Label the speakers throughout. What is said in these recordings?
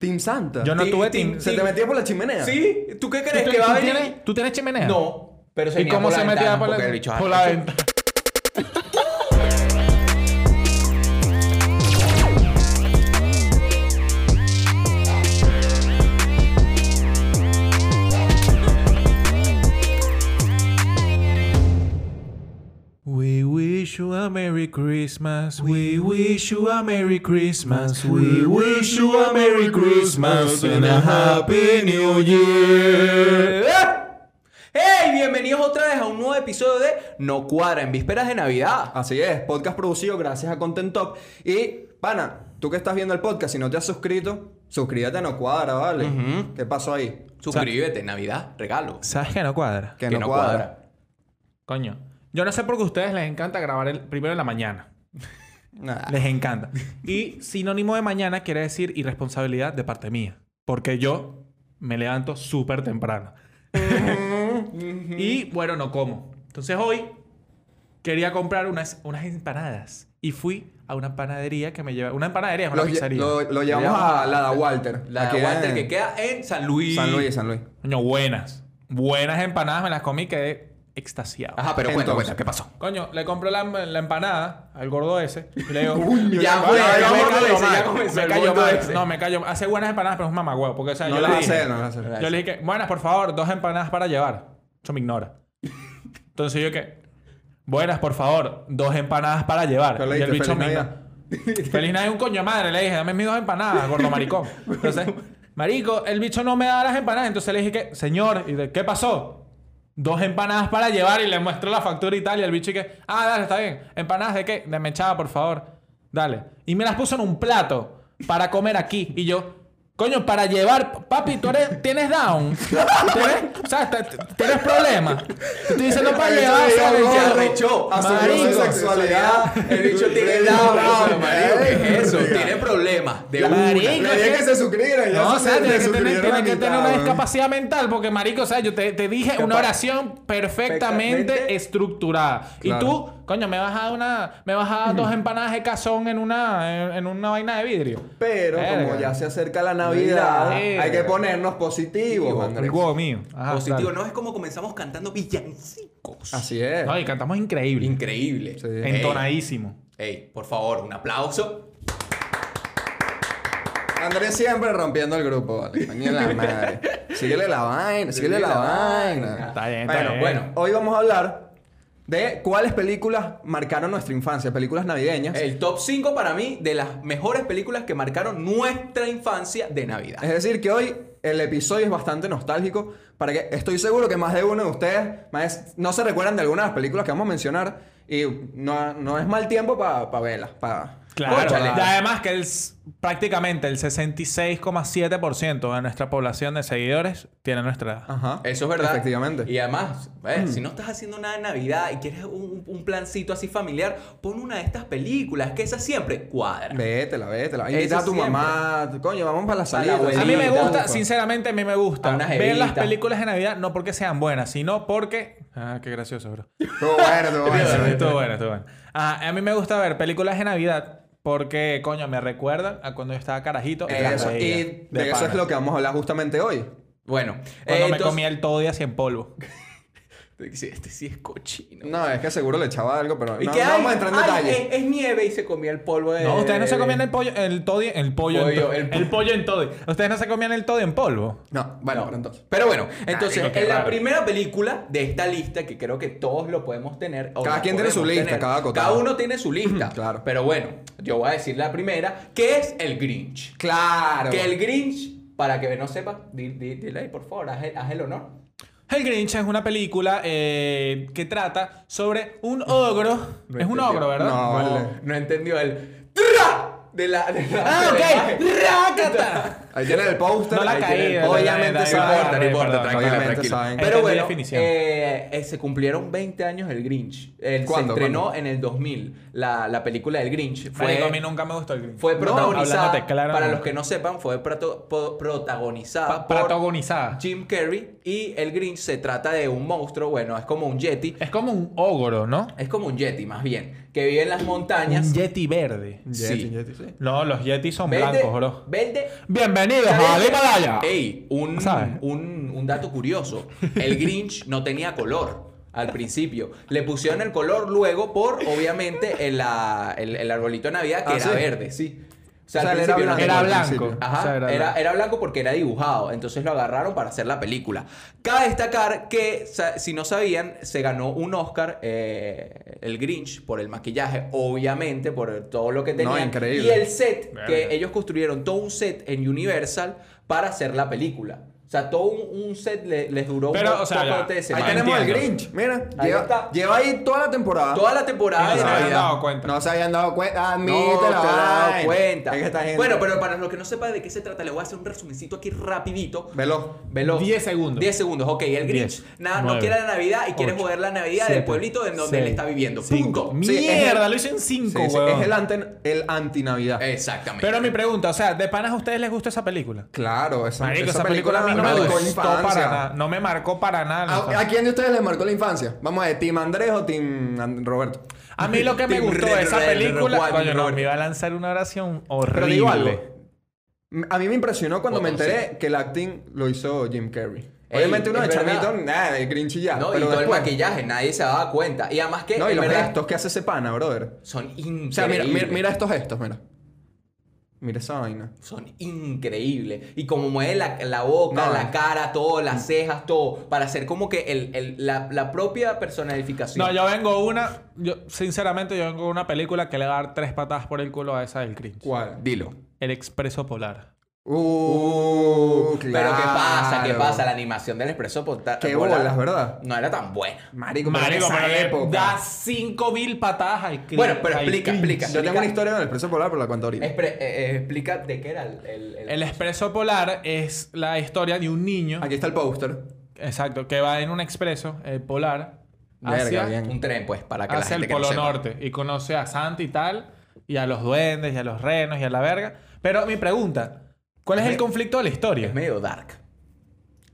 Speaker 1: Team Santa.
Speaker 2: Yo no
Speaker 3: Ti-
Speaker 2: tuve
Speaker 3: ti-
Speaker 2: Team.
Speaker 1: ¿Se
Speaker 3: ti-
Speaker 1: te metía por la chimenea?
Speaker 3: ¿Sí? ¿Tú qué
Speaker 2: ¿Tú,
Speaker 3: crees
Speaker 2: tú-
Speaker 3: que
Speaker 2: tú
Speaker 3: va a venir?
Speaker 2: tienes, ¿Tú tienes chimenea?
Speaker 3: No, pero se
Speaker 2: ¿Y cómo se metía por la,
Speaker 3: porque el bicho es
Speaker 2: por la
Speaker 3: arrecho.
Speaker 2: ventana? We wish you a Merry Christmas. We wish you a Merry Christmas. We wish you a Merry Christmas and a Happy New Year.
Speaker 3: ¡Hey! Bienvenidos otra vez a un nuevo episodio de No Cuadra en vísperas de Navidad.
Speaker 1: Así es, podcast producido gracias a Content Top. Y, pana, tú que estás viendo el podcast, si no te has suscrito, suscríbete a No Cuadra, ¿vale? ¿Qué pasó ahí?
Speaker 3: Suscríbete, Navidad, regalo.
Speaker 2: ¿Sabes que no cuadra?
Speaker 1: Que no cuadra.
Speaker 2: Coño. Yo no sé por qué a ustedes les encanta grabar el primero en la mañana.
Speaker 1: Nah.
Speaker 2: Les encanta. Y sinónimo de mañana quiere decir irresponsabilidad de parte mía. Porque yo me levanto súper temprano. y bueno, no como. Entonces hoy quería comprar unas, unas empanadas. Y fui a una panadería que me lleva... Una empanadería es una
Speaker 1: Lo, lle-
Speaker 2: pizzería.
Speaker 1: lo- lo llevamos a la da Walter.
Speaker 3: La de
Speaker 1: Aquí
Speaker 3: Walter
Speaker 1: en-
Speaker 3: que queda en San Luis.
Speaker 1: San Luis, San Luis.
Speaker 2: Coño, buenas. Buenas empanadas. Me las comí y quedé extasiado.
Speaker 3: Ajá, pero cuenta,
Speaker 1: Entonces.
Speaker 3: cuenta, ¿qué pasó?
Speaker 2: Coño, le compré la, la empanada al gordo ese. Y le digo,
Speaker 1: mira,
Speaker 2: ya,
Speaker 1: ya
Speaker 2: güey,
Speaker 1: comenzó, ya
Speaker 2: me cayó
Speaker 1: comenzó,
Speaker 2: mal,
Speaker 3: ya comenzó
Speaker 2: me
Speaker 3: el
Speaker 2: cayó
Speaker 3: gordo
Speaker 2: mal.
Speaker 3: ese.
Speaker 2: No, me cayó Hace buenas empanadas, pero es un mamagüeo. Porque, o sea,
Speaker 1: No
Speaker 2: yo,
Speaker 1: la
Speaker 2: le
Speaker 1: vas a
Speaker 2: dije,
Speaker 1: hacer, no la vas a hacer.
Speaker 2: yo le dije, que, buenas, por favor, dos empanadas para llevar. Eso me ignora. Entonces yo que, buenas, por favor, dos empanadas para llevar.
Speaker 1: Yo le
Speaker 2: Y el
Speaker 1: dije,
Speaker 2: bicho
Speaker 1: "Feliz
Speaker 2: me
Speaker 1: Navidad".
Speaker 2: ignora. Feliz Navidad, un coño de madre. Le dije, dame mis dos empanadas, gordo maricón. Entonces, marico, el bicho no me da las empanadas. Entonces le dije que, señor, ¿y de qué pasó? Dos empanadas para llevar y le muestro la factura y tal. Y el bicho y que, ah, dale, está bien. ¿Empanadas de qué? De mechada, por favor. Dale. Y me las puso en un plato para comer aquí. Y yo, coño, para llevar, papi, tú eres, tienes down. ¿Tienes, o sea, te- te- tienes problemas. Te estoy diciendo para
Speaker 1: Eso
Speaker 2: llevar,
Speaker 1: le digo,
Speaker 2: ¿sabes?
Speaker 1: gordo,
Speaker 2: Yo-
Speaker 1: arrechó, asumió su
Speaker 2: Marico.
Speaker 1: sexualidad.
Speaker 3: El bicho tiene
Speaker 1: Bravo,
Speaker 3: la marico. ¿Qué es eso?
Speaker 1: marico.
Speaker 3: Tiene problemas. De
Speaker 1: Ya,
Speaker 3: una.
Speaker 2: Marico,
Speaker 1: Le dije que se suscribieran. ya
Speaker 2: No, o
Speaker 1: se-
Speaker 2: sea,
Speaker 1: se
Speaker 2: tienes que tener,
Speaker 1: suscribieron
Speaker 2: tienes
Speaker 1: la
Speaker 2: que
Speaker 1: mitad,
Speaker 2: tener una
Speaker 1: weón.
Speaker 2: discapacidad mental, porque marico, o sea, yo te, te dije una oración perfectamente
Speaker 3: Perfectamente.
Speaker 2: estructurada.
Speaker 1: Claro.
Speaker 2: Y tú, coño, me vas a dar una, me vas a dar dos empanadas de cazón en una, en, en una vaina de vidrio.
Speaker 1: Pero como
Speaker 2: Verga.
Speaker 1: ya se acerca la Navidad,
Speaker 2: Verga.
Speaker 1: hay que ponernos positivos,
Speaker 2: el
Speaker 1: Andrés.
Speaker 2: huevo mío. Ajá,
Speaker 3: Positivo,
Speaker 2: dale.
Speaker 3: no es como comenzamos cantando villancicos.
Speaker 1: Así es.
Speaker 2: No, y cantamos increíble.
Speaker 3: Increíble.
Speaker 1: Sí.
Speaker 3: Ey,
Speaker 2: Entonadísimo.
Speaker 3: Ey, por favor, un aplauso.
Speaker 1: Andrés siempre rompiendo el grupo, vale. Coño la madre. Síguele la vaina, síguele la
Speaker 3: la
Speaker 1: vaina.
Speaker 3: vaina.
Speaker 2: Está bien, está
Speaker 1: Bueno,
Speaker 2: bien.
Speaker 1: bueno, hoy vamos a hablar de cuáles películas marcaron nuestra infancia, películas navideñas.
Speaker 3: El top 5 para mí de las mejores películas que marcaron nuestra infancia de Navidad.
Speaker 1: Es decir, que hoy el episodio es bastante nostálgico para que estoy seguro que más de uno de ustedes más- no se recuerdan de algunas de las películas que vamos a mencionar y no, no es mal tiempo para verlas. pa-
Speaker 2: Claro.
Speaker 1: Cónchale.
Speaker 2: Y además que el, s- prácticamente el 66,7% de nuestra población de seguidores tiene nuestra edad.
Speaker 1: Ajá.
Speaker 3: Eso es verdad.
Speaker 1: Efectivamente. Hmm.
Speaker 3: Y además, eh, si no estás haciendo nada en Navidad y quieres un, un plancito así familiar, pon una de estas películas que esa siempre cuadra.
Speaker 1: Vétela, vétela.
Speaker 3: Eso
Speaker 1: Invita a tu
Speaker 3: siempre.
Speaker 1: mamá. Coño, vamos para la salida.
Speaker 3: abuelita.
Speaker 2: A mí me
Speaker 3: Linda,
Speaker 2: gusta,
Speaker 1: pues.
Speaker 3: ojo.
Speaker 2: sinceramente, a mí me
Speaker 3: A
Speaker 2: gusta
Speaker 3: una
Speaker 2: ver las
Speaker 3: jevita.
Speaker 2: películas de Navidad no porque sean buenas, sino porque. Ah, qué gracioso, bro.
Speaker 1: Todo bueno, todo bueno.
Speaker 2: estuvo bueno, estuvo bueno. Ah, a mí me gusta ver películas de Navidad porque, coño, me recuerdan a cuando yo estaba carajito. y las
Speaker 1: Eso,
Speaker 2: veía,
Speaker 1: y de eso
Speaker 2: pana.
Speaker 1: es lo que vamos a hablar justamente hoy.
Speaker 3: Bueno,
Speaker 2: Cuando
Speaker 3: eh,
Speaker 2: me
Speaker 3: entonces-
Speaker 2: comía el todo y así en polvo.
Speaker 3: Sí, Este sí es cochino.
Speaker 1: No, es que seguro le echaba algo, pero no,
Speaker 3: ¿Y
Speaker 1: no
Speaker 3: qué hay?
Speaker 1: vamos a entrar en
Speaker 3: Ay, eh.
Speaker 1: detalle.
Speaker 3: Es, es nieve y se comía el polvo
Speaker 1: Eh,
Speaker 3: de.
Speaker 2: No, ustedes no se comían el pollo, el todo y- el pollo, en
Speaker 3: Pollo,
Speaker 2: to-
Speaker 3: el
Speaker 2: el,
Speaker 3: po-
Speaker 2: pollo en todo. Ustedes no se comían el todo en polvo.
Speaker 1: No, bueno, pero entonces.
Speaker 3: Pero bueno, entonces,
Speaker 2: digo, qué
Speaker 3: en la
Speaker 2: raro.
Speaker 3: primera película de esta lista, que creo que todos lo podemos tener. o
Speaker 1: Cada
Speaker 3: la
Speaker 1: quien tiene su
Speaker 3: podemos
Speaker 1: lista, cada acotado.
Speaker 3: Cada uno tiene su lista.
Speaker 1: Claro.
Speaker 3: Pero bueno, yo voy a decir la primera, que es el Grinch.
Speaker 1: Claro.
Speaker 3: Que el Grinch, para que no sepa, di- di- dile ahí, por favor, haz el, haz el honor.
Speaker 2: El Grinch es una película eh, que trata sobre un ogro. es un
Speaker 3: entendió.
Speaker 2: ogro, ¿verdad?
Speaker 1: No, vale.
Speaker 3: No entendió el ¡Tra! de la. de la-
Speaker 2: Ah,
Speaker 3: de la
Speaker 2: ok.
Speaker 3: imagen.
Speaker 2: ¡Rácata!
Speaker 1: Ahí tiene el póster.
Speaker 2: No la
Speaker 1: ahí tiene el-
Speaker 2: caída, la
Speaker 1: Obviamente
Speaker 2: verdad,
Speaker 1: se
Speaker 2: la
Speaker 3: No
Speaker 2: verdad.
Speaker 3: importa, no importa,
Speaker 2: perdón,
Speaker 3: tranquilo,
Speaker 1: obviamente
Speaker 3: tranquilo.
Speaker 1: saben.
Speaker 3: Pero
Speaker 2: Entendí
Speaker 3: bueno,
Speaker 2: definición.
Speaker 3: eh, eh, se cumplieron 20 años el Grinch. Él se
Speaker 1: ¿Cuándo,
Speaker 3: estrenó
Speaker 1: cuándo?
Speaker 3: en el 2000, la, la película del Grinch. Fue,
Speaker 2: Marico, a mí nunca me gustó el Grinch.
Speaker 3: fue
Speaker 2: No,
Speaker 3: protagonizada,
Speaker 2: hablándote claro,
Speaker 3: para
Speaker 2: no.
Speaker 3: los que no sepan, fue prato- po- protagonizada
Speaker 2: Pa-
Speaker 3: por
Speaker 2: protagonizada.
Speaker 3: Jim Carrey. Y el Grinch se trata de un monstruo, bueno, es como un Yeti.
Speaker 2: Es como un ogro, ¿no?
Speaker 3: Es como un Yeti, más bien. que vive en las montañas.
Speaker 2: Un yeti verde.
Speaker 1: Yeti,
Speaker 3: Sí.
Speaker 1: yeti, sí.
Speaker 2: No, los yetis son blancos, bro.
Speaker 3: Verde.
Speaker 2: Bienvenidos a Himalaya.
Speaker 3: Ey, un,
Speaker 2: ¿Sabes?
Speaker 3: un, un dato curioso. El Grinch no tenía color al principio. Le pusieron el color luego por, obviamente, el, ah, el- el arbolito de Navidad que
Speaker 1: Ah,
Speaker 3: era
Speaker 1: sí.
Speaker 3: verde, sí. O
Speaker 1: O sea,
Speaker 3: al
Speaker 1: él era
Speaker 3: principio no
Speaker 1: blanco.
Speaker 2: Era
Speaker 3: tenía-
Speaker 2: blanco.
Speaker 3: Ajá,
Speaker 2: O sea,
Speaker 3: era,
Speaker 2: blanco.
Speaker 3: era blanco porque era dibujado, entonces lo agarraron para hacer la película. Cabe destacar que, sa- si no sabían, se ganó un Oscar eh, el Grinch por el maquillaje, obviamente, por todo lo que tenía.
Speaker 1: No, increíble.
Speaker 3: Y el set,
Speaker 2: Verga.
Speaker 3: que ellos construyeron todo un set en Universal para hacer la película. O sea, todo un, un set le- les duró
Speaker 2: Pero,
Speaker 3: un
Speaker 2: o sea,
Speaker 3: poco
Speaker 2: ya.
Speaker 3: antes de
Speaker 1: Ahí
Speaker 3: semana.
Speaker 1: tenemos al
Speaker 2: entiendo.
Speaker 1: Grinch, mira.
Speaker 3: Ahí
Speaker 1: lleva,
Speaker 3: está.
Speaker 1: lleva ahí toda la temporada.
Speaker 3: Toda la temporada
Speaker 2: Y
Speaker 3: de
Speaker 2: no se habían
Speaker 3: Navidad.
Speaker 2: dado cuenta.
Speaker 1: No se habían dado cuenta.
Speaker 3: No
Speaker 1: Admite
Speaker 3: te
Speaker 1: la
Speaker 3: has dado
Speaker 1: vaina.
Speaker 3: cuenta.
Speaker 1: Es que esta gente-
Speaker 3: Bueno, pero para los que no sepan de qué se trata, le voy a hacer un resumencito aquí rapidito.
Speaker 1: Velo.
Speaker 3: Veloz.
Speaker 2: 10 segundos.
Speaker 3: 10 segundos, ok. El Grinch
Speaker 2: Diez,
Speaker 3: nada, no
Speaker 2: nueve,
Speaker 3: quiere la Navidad y quiere
Speaker 2: ocho,
Speaker 3: joder la Navidad del
Speaker 2: siete,
Speaker 3: pueblito en donde
Speaker 2: seis,
Speaker 3: él está viviendo.
Speaker 2: cinco.
Speaker 3: Punto.
Speaker 1: Sí, es el-
Speaker 2: Mierda, lo hice en
Speaker 1: Sí,
Speaker 2: 5,
Speaker 1: sí, es el, ante- el anti-Navidad.
Speaker 3: Exactamente.
Speaker 2: Pero mi pregunta, o sea, ¿de panas a ustedes les gusta esa película?
Speaker 1: Claro, esa,
Speaker 2: Marico,
Speaker 1: esa
Speaker 2: esa, película, a mí
Speaker 1: me
Speaker 2: no me
Speaker 1: marcó
Speaker 2: gustó
Speaker 1: infancia.
Speaker 2: para nada. No me marcó para nada. la
Speaker 1: ¿A,
Speaker 2: infancia.
Speaker 1: a quién de ustedes les marcó la infancia? Vamos a ver, ¿Team Andrés o Team And- Roberto?
Speaker 2: A mí lo que me
Speaker 3: Tim
Speaker 2: gustó
Speaker 3: Red-
Speaker 2: de esa
Speaker 3: Red- Red-
Speaker 2: película.
Speaker 3: Red-
Speaker 2: Coño, no,
Speaker 3: Red-
Speaker 2: me iba a lanzar una oración horrible.
Speaker 1: Pero digo algo. M- A mí me impresionó cuando me
Speaker 3: Otro,
Speaker 1: enteré que el acting lo hizo Jim Carrey.
Speaker 3: Ey,
Speaker 1: Obviamente uno de
Speaker 3: es verdad.
Speaker 1: chamito, nada, de Grinch y ya.
Speaker 3: No, y
Speaker 1: pero
Speaker 3: todo
Speaker 1: después-
Speaker 3: el maquillaje, nadie se daba cuenta. Y además que
Speaker 1: No, y
Speaker 3: en
Speaker 1: los
Speaker 3: verdad,
Speaker 1: gestos que hace ese pana, brother.
Speaker 3: son
Speaker 1: O sea, mira,
Speaker 3: increíbles.
Speaker 1: mira, mira estos gestos, mira. Mira esa vaina.
Speaker 3: Son increíbles. Y como mueve la, la boca,
Speaker 1: No. Mm.
Speaker 3: la cara, todo, las cejas, todo. Para hacer como que el, el- la, la propia personalificación.
Speaker 2: No, yo vengo una. Yo, sinceramente, yo vengo una película que le va a dar tres patadas por el culo a esa del cringe.
Speaker 1: ¿Cuál?
Speaker 3: Dilo.
Speaker 2: El Expreso Polar.
Speaker 1: Uh,
Speaker 3: Pero ¿qué pasa? ¿Qué
Speaker 1: claro.
Speaker 3: pasa? La animación del expreso Polar-
Speaker 1: Qué bolas, ¿verdad?
Speaker 3: No era tan buena.
Speaker 1: Marico, pero en esa
Speaker 2: le
Speaker 1: época.
Speaker 2: da cinco mil patadas al cringe.
Speaker 3: Bueno, pero
Speaker 2: al
Speaker 3: explica,
Speaker 2: cringe.
Speaker 3: explica.
Speaker 1: Yo tengo una historia con el preso polar, pero la cuento ahorita.
Speaker 3: Espre- eh, eh, explica de qué era el... el- el-
Speaker 2: El Expreso Polar es la historia de un niño.
Speaker 1: Aquí está el póster.
Speaker 2: Exacto, que va en un expreso eh, polar.
Speaker 1: Verga,
Speaker 2: hacia-
Speaker 1: bien.
Speaker 3: un tren, pues, para que la
Speaker 2: hacia
Speaker 3: gente
Speaker 2: el
Speaker 3: que no
Speaker 2: Polo
Speaker 3: sepa.
Speaker 2: Norte y conoce a Santa y tal, y a los duendes, y a los renos, y a la verga. Pero mi pregunta, ¿cuál es el conflicto de la historia?
Speaker 3: Es medio dark.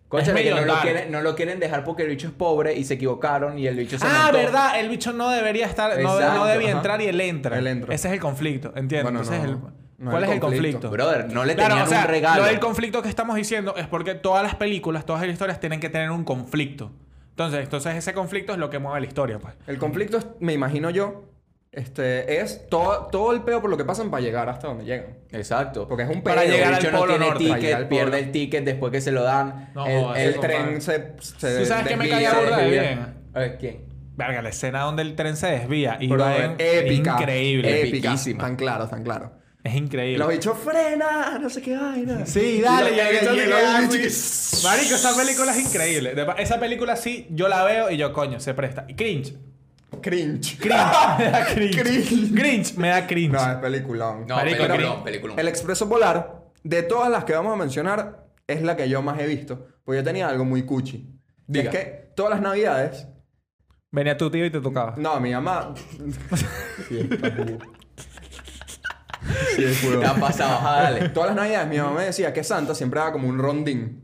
Speaker 3: Cónchale, que
Speaker 2: medio
Speaker 3: no, Lo
Speaker 2: dark.
Speaker 3: quieren, no lo quieren dejar porque el bicho es pobre y se equivocaron y el bicho se
Speaker 2: Ah,
Speaker 3: montó.
Speaker 2: verdad, el bicho no debería estar, no,
Speaker 3: Exacto,
Speaker 2: no debía
Speaker 1: ajá.
Speaker 2: entrar y él entra.
Speaker 1: Él entra.
Speaker 2: Ese es el conflicto, entiendo.
Speaker 1: Bueno,
Speaker 2: Entonces,
Speaker 1: no,
Speaker 2: el-
Speaker 1: no
Speaker 2: ¿cuál
Speaker 1: el
Speaker 2: es el
Speaker 1: conflicto,
Speaker 2: conflicto?
Speaker 3: Brother, no le
Speaker 2: Claro,
Speaker 3: tenían
Speaker 2: o sea,
Speaker 3: un regalo.
Speaker 2: lo del conflicto que estamos diciendo es porque todas las películas, todas las historias tienen que tener un conflicto. Entonces, entonces ese conflicto es lo que mueve la historia, pues.
Speaker 1: El conflicto, es- me imagino yo, este, es todo, todo el peo por lo que pasan para llegar hasta donde llegan.
Speaker 3: Exacto.
Speaker 1: Porque es un
Speaker 2: Para
Speaker 1: pedo.
Speaker 2: llegar
Speaker 3: el
Speaker 2: al
Speaker 3: bicho no
Speaker 2: Polo
Speaker 3: tiene
Speaker 2: Norte,
Speaker 1: para llegar
Speaker 3: ticket,
Speaker 1: al
Speaker 3: pierde
Speaker 1: Polo.
Speaker 3: el ticket después que se lo dan.
Speaker 2: No,
Speaker 3: el,
Speaker 2: ese
Speaker 1: El
Speaker 2: Sí,
Speaker 1: tren
Speaker 2: compadre.
Speaker 1: se, se
Speaker 2: ¿Tú sabes que me
Speaker 1: desvía,
Speaker 2: caía
Speaker 1: se
Speaker 2: burda de
Speaker 1: desvía.
Speaker 2: bien?
Speaker 3: A ver, ¿quién?
Speaker 2: Verga, la escena donde el tren se desvía y
Speaker 1: Pero,
Speaker 2: va
Speaker 1: eh,
Speaker 2: en-
Speaker 1: épica.
Speaker 2: increíble.
Speaker 1: Épica.
Speaker 3: Epiquísima.
Speaker 1: Tan claro, tan claro.
Speaker 2: Es increíble.
Speaker 1: Los bichos frena, no sé qué vaina.
Speaker 2: Sí, dale,
Speaker 1: Y
Speaker 2: ya,
Speaker 1: el
Speaker 2: ya,
Speaker 1: bicho
Speaker 2: ya,
Speaker 1: se
Speaker 2: ya,
Speaker 1: queda
Speaker 2: ya,
Speaker 1: así.
Speaker 2: ya. Marico, esa película es increíble. De pa- Esa película sí, yo la veo y yo, coño, se presta. Y Cringe.
Speaker 1: Cringe.
Speaker 2: Cringe. Me da cringe.
Speaker 1: Cringe.
Speaker 2: Cringe. Me da cringe.
Speaker 1: No, es peliculón.
Speaker 3: No,
Speaker 2: Marico,
Speaker 3: peliculón,
Speaker 2: Green.
Speaker 3: peliculón.
Speaker 1: El expreso polar, de todas las que vamos a mencionar, es la que yo más he visto. Porque yo tenía algo muy cuchi. Y es
Speaker 3: Diga.
Speaker 1: que todas las navidades...
Speaker 2: Venía tu tío y te tocaba.
Speaker 1: No, mi mamá... sí, está jugó. Sí, es jugó.
Speaker 3: Te ha pasado, ajá, dale.
Speaker 1: Todas las navidades mi mamá me decía que Santa siempre haga como un rondín.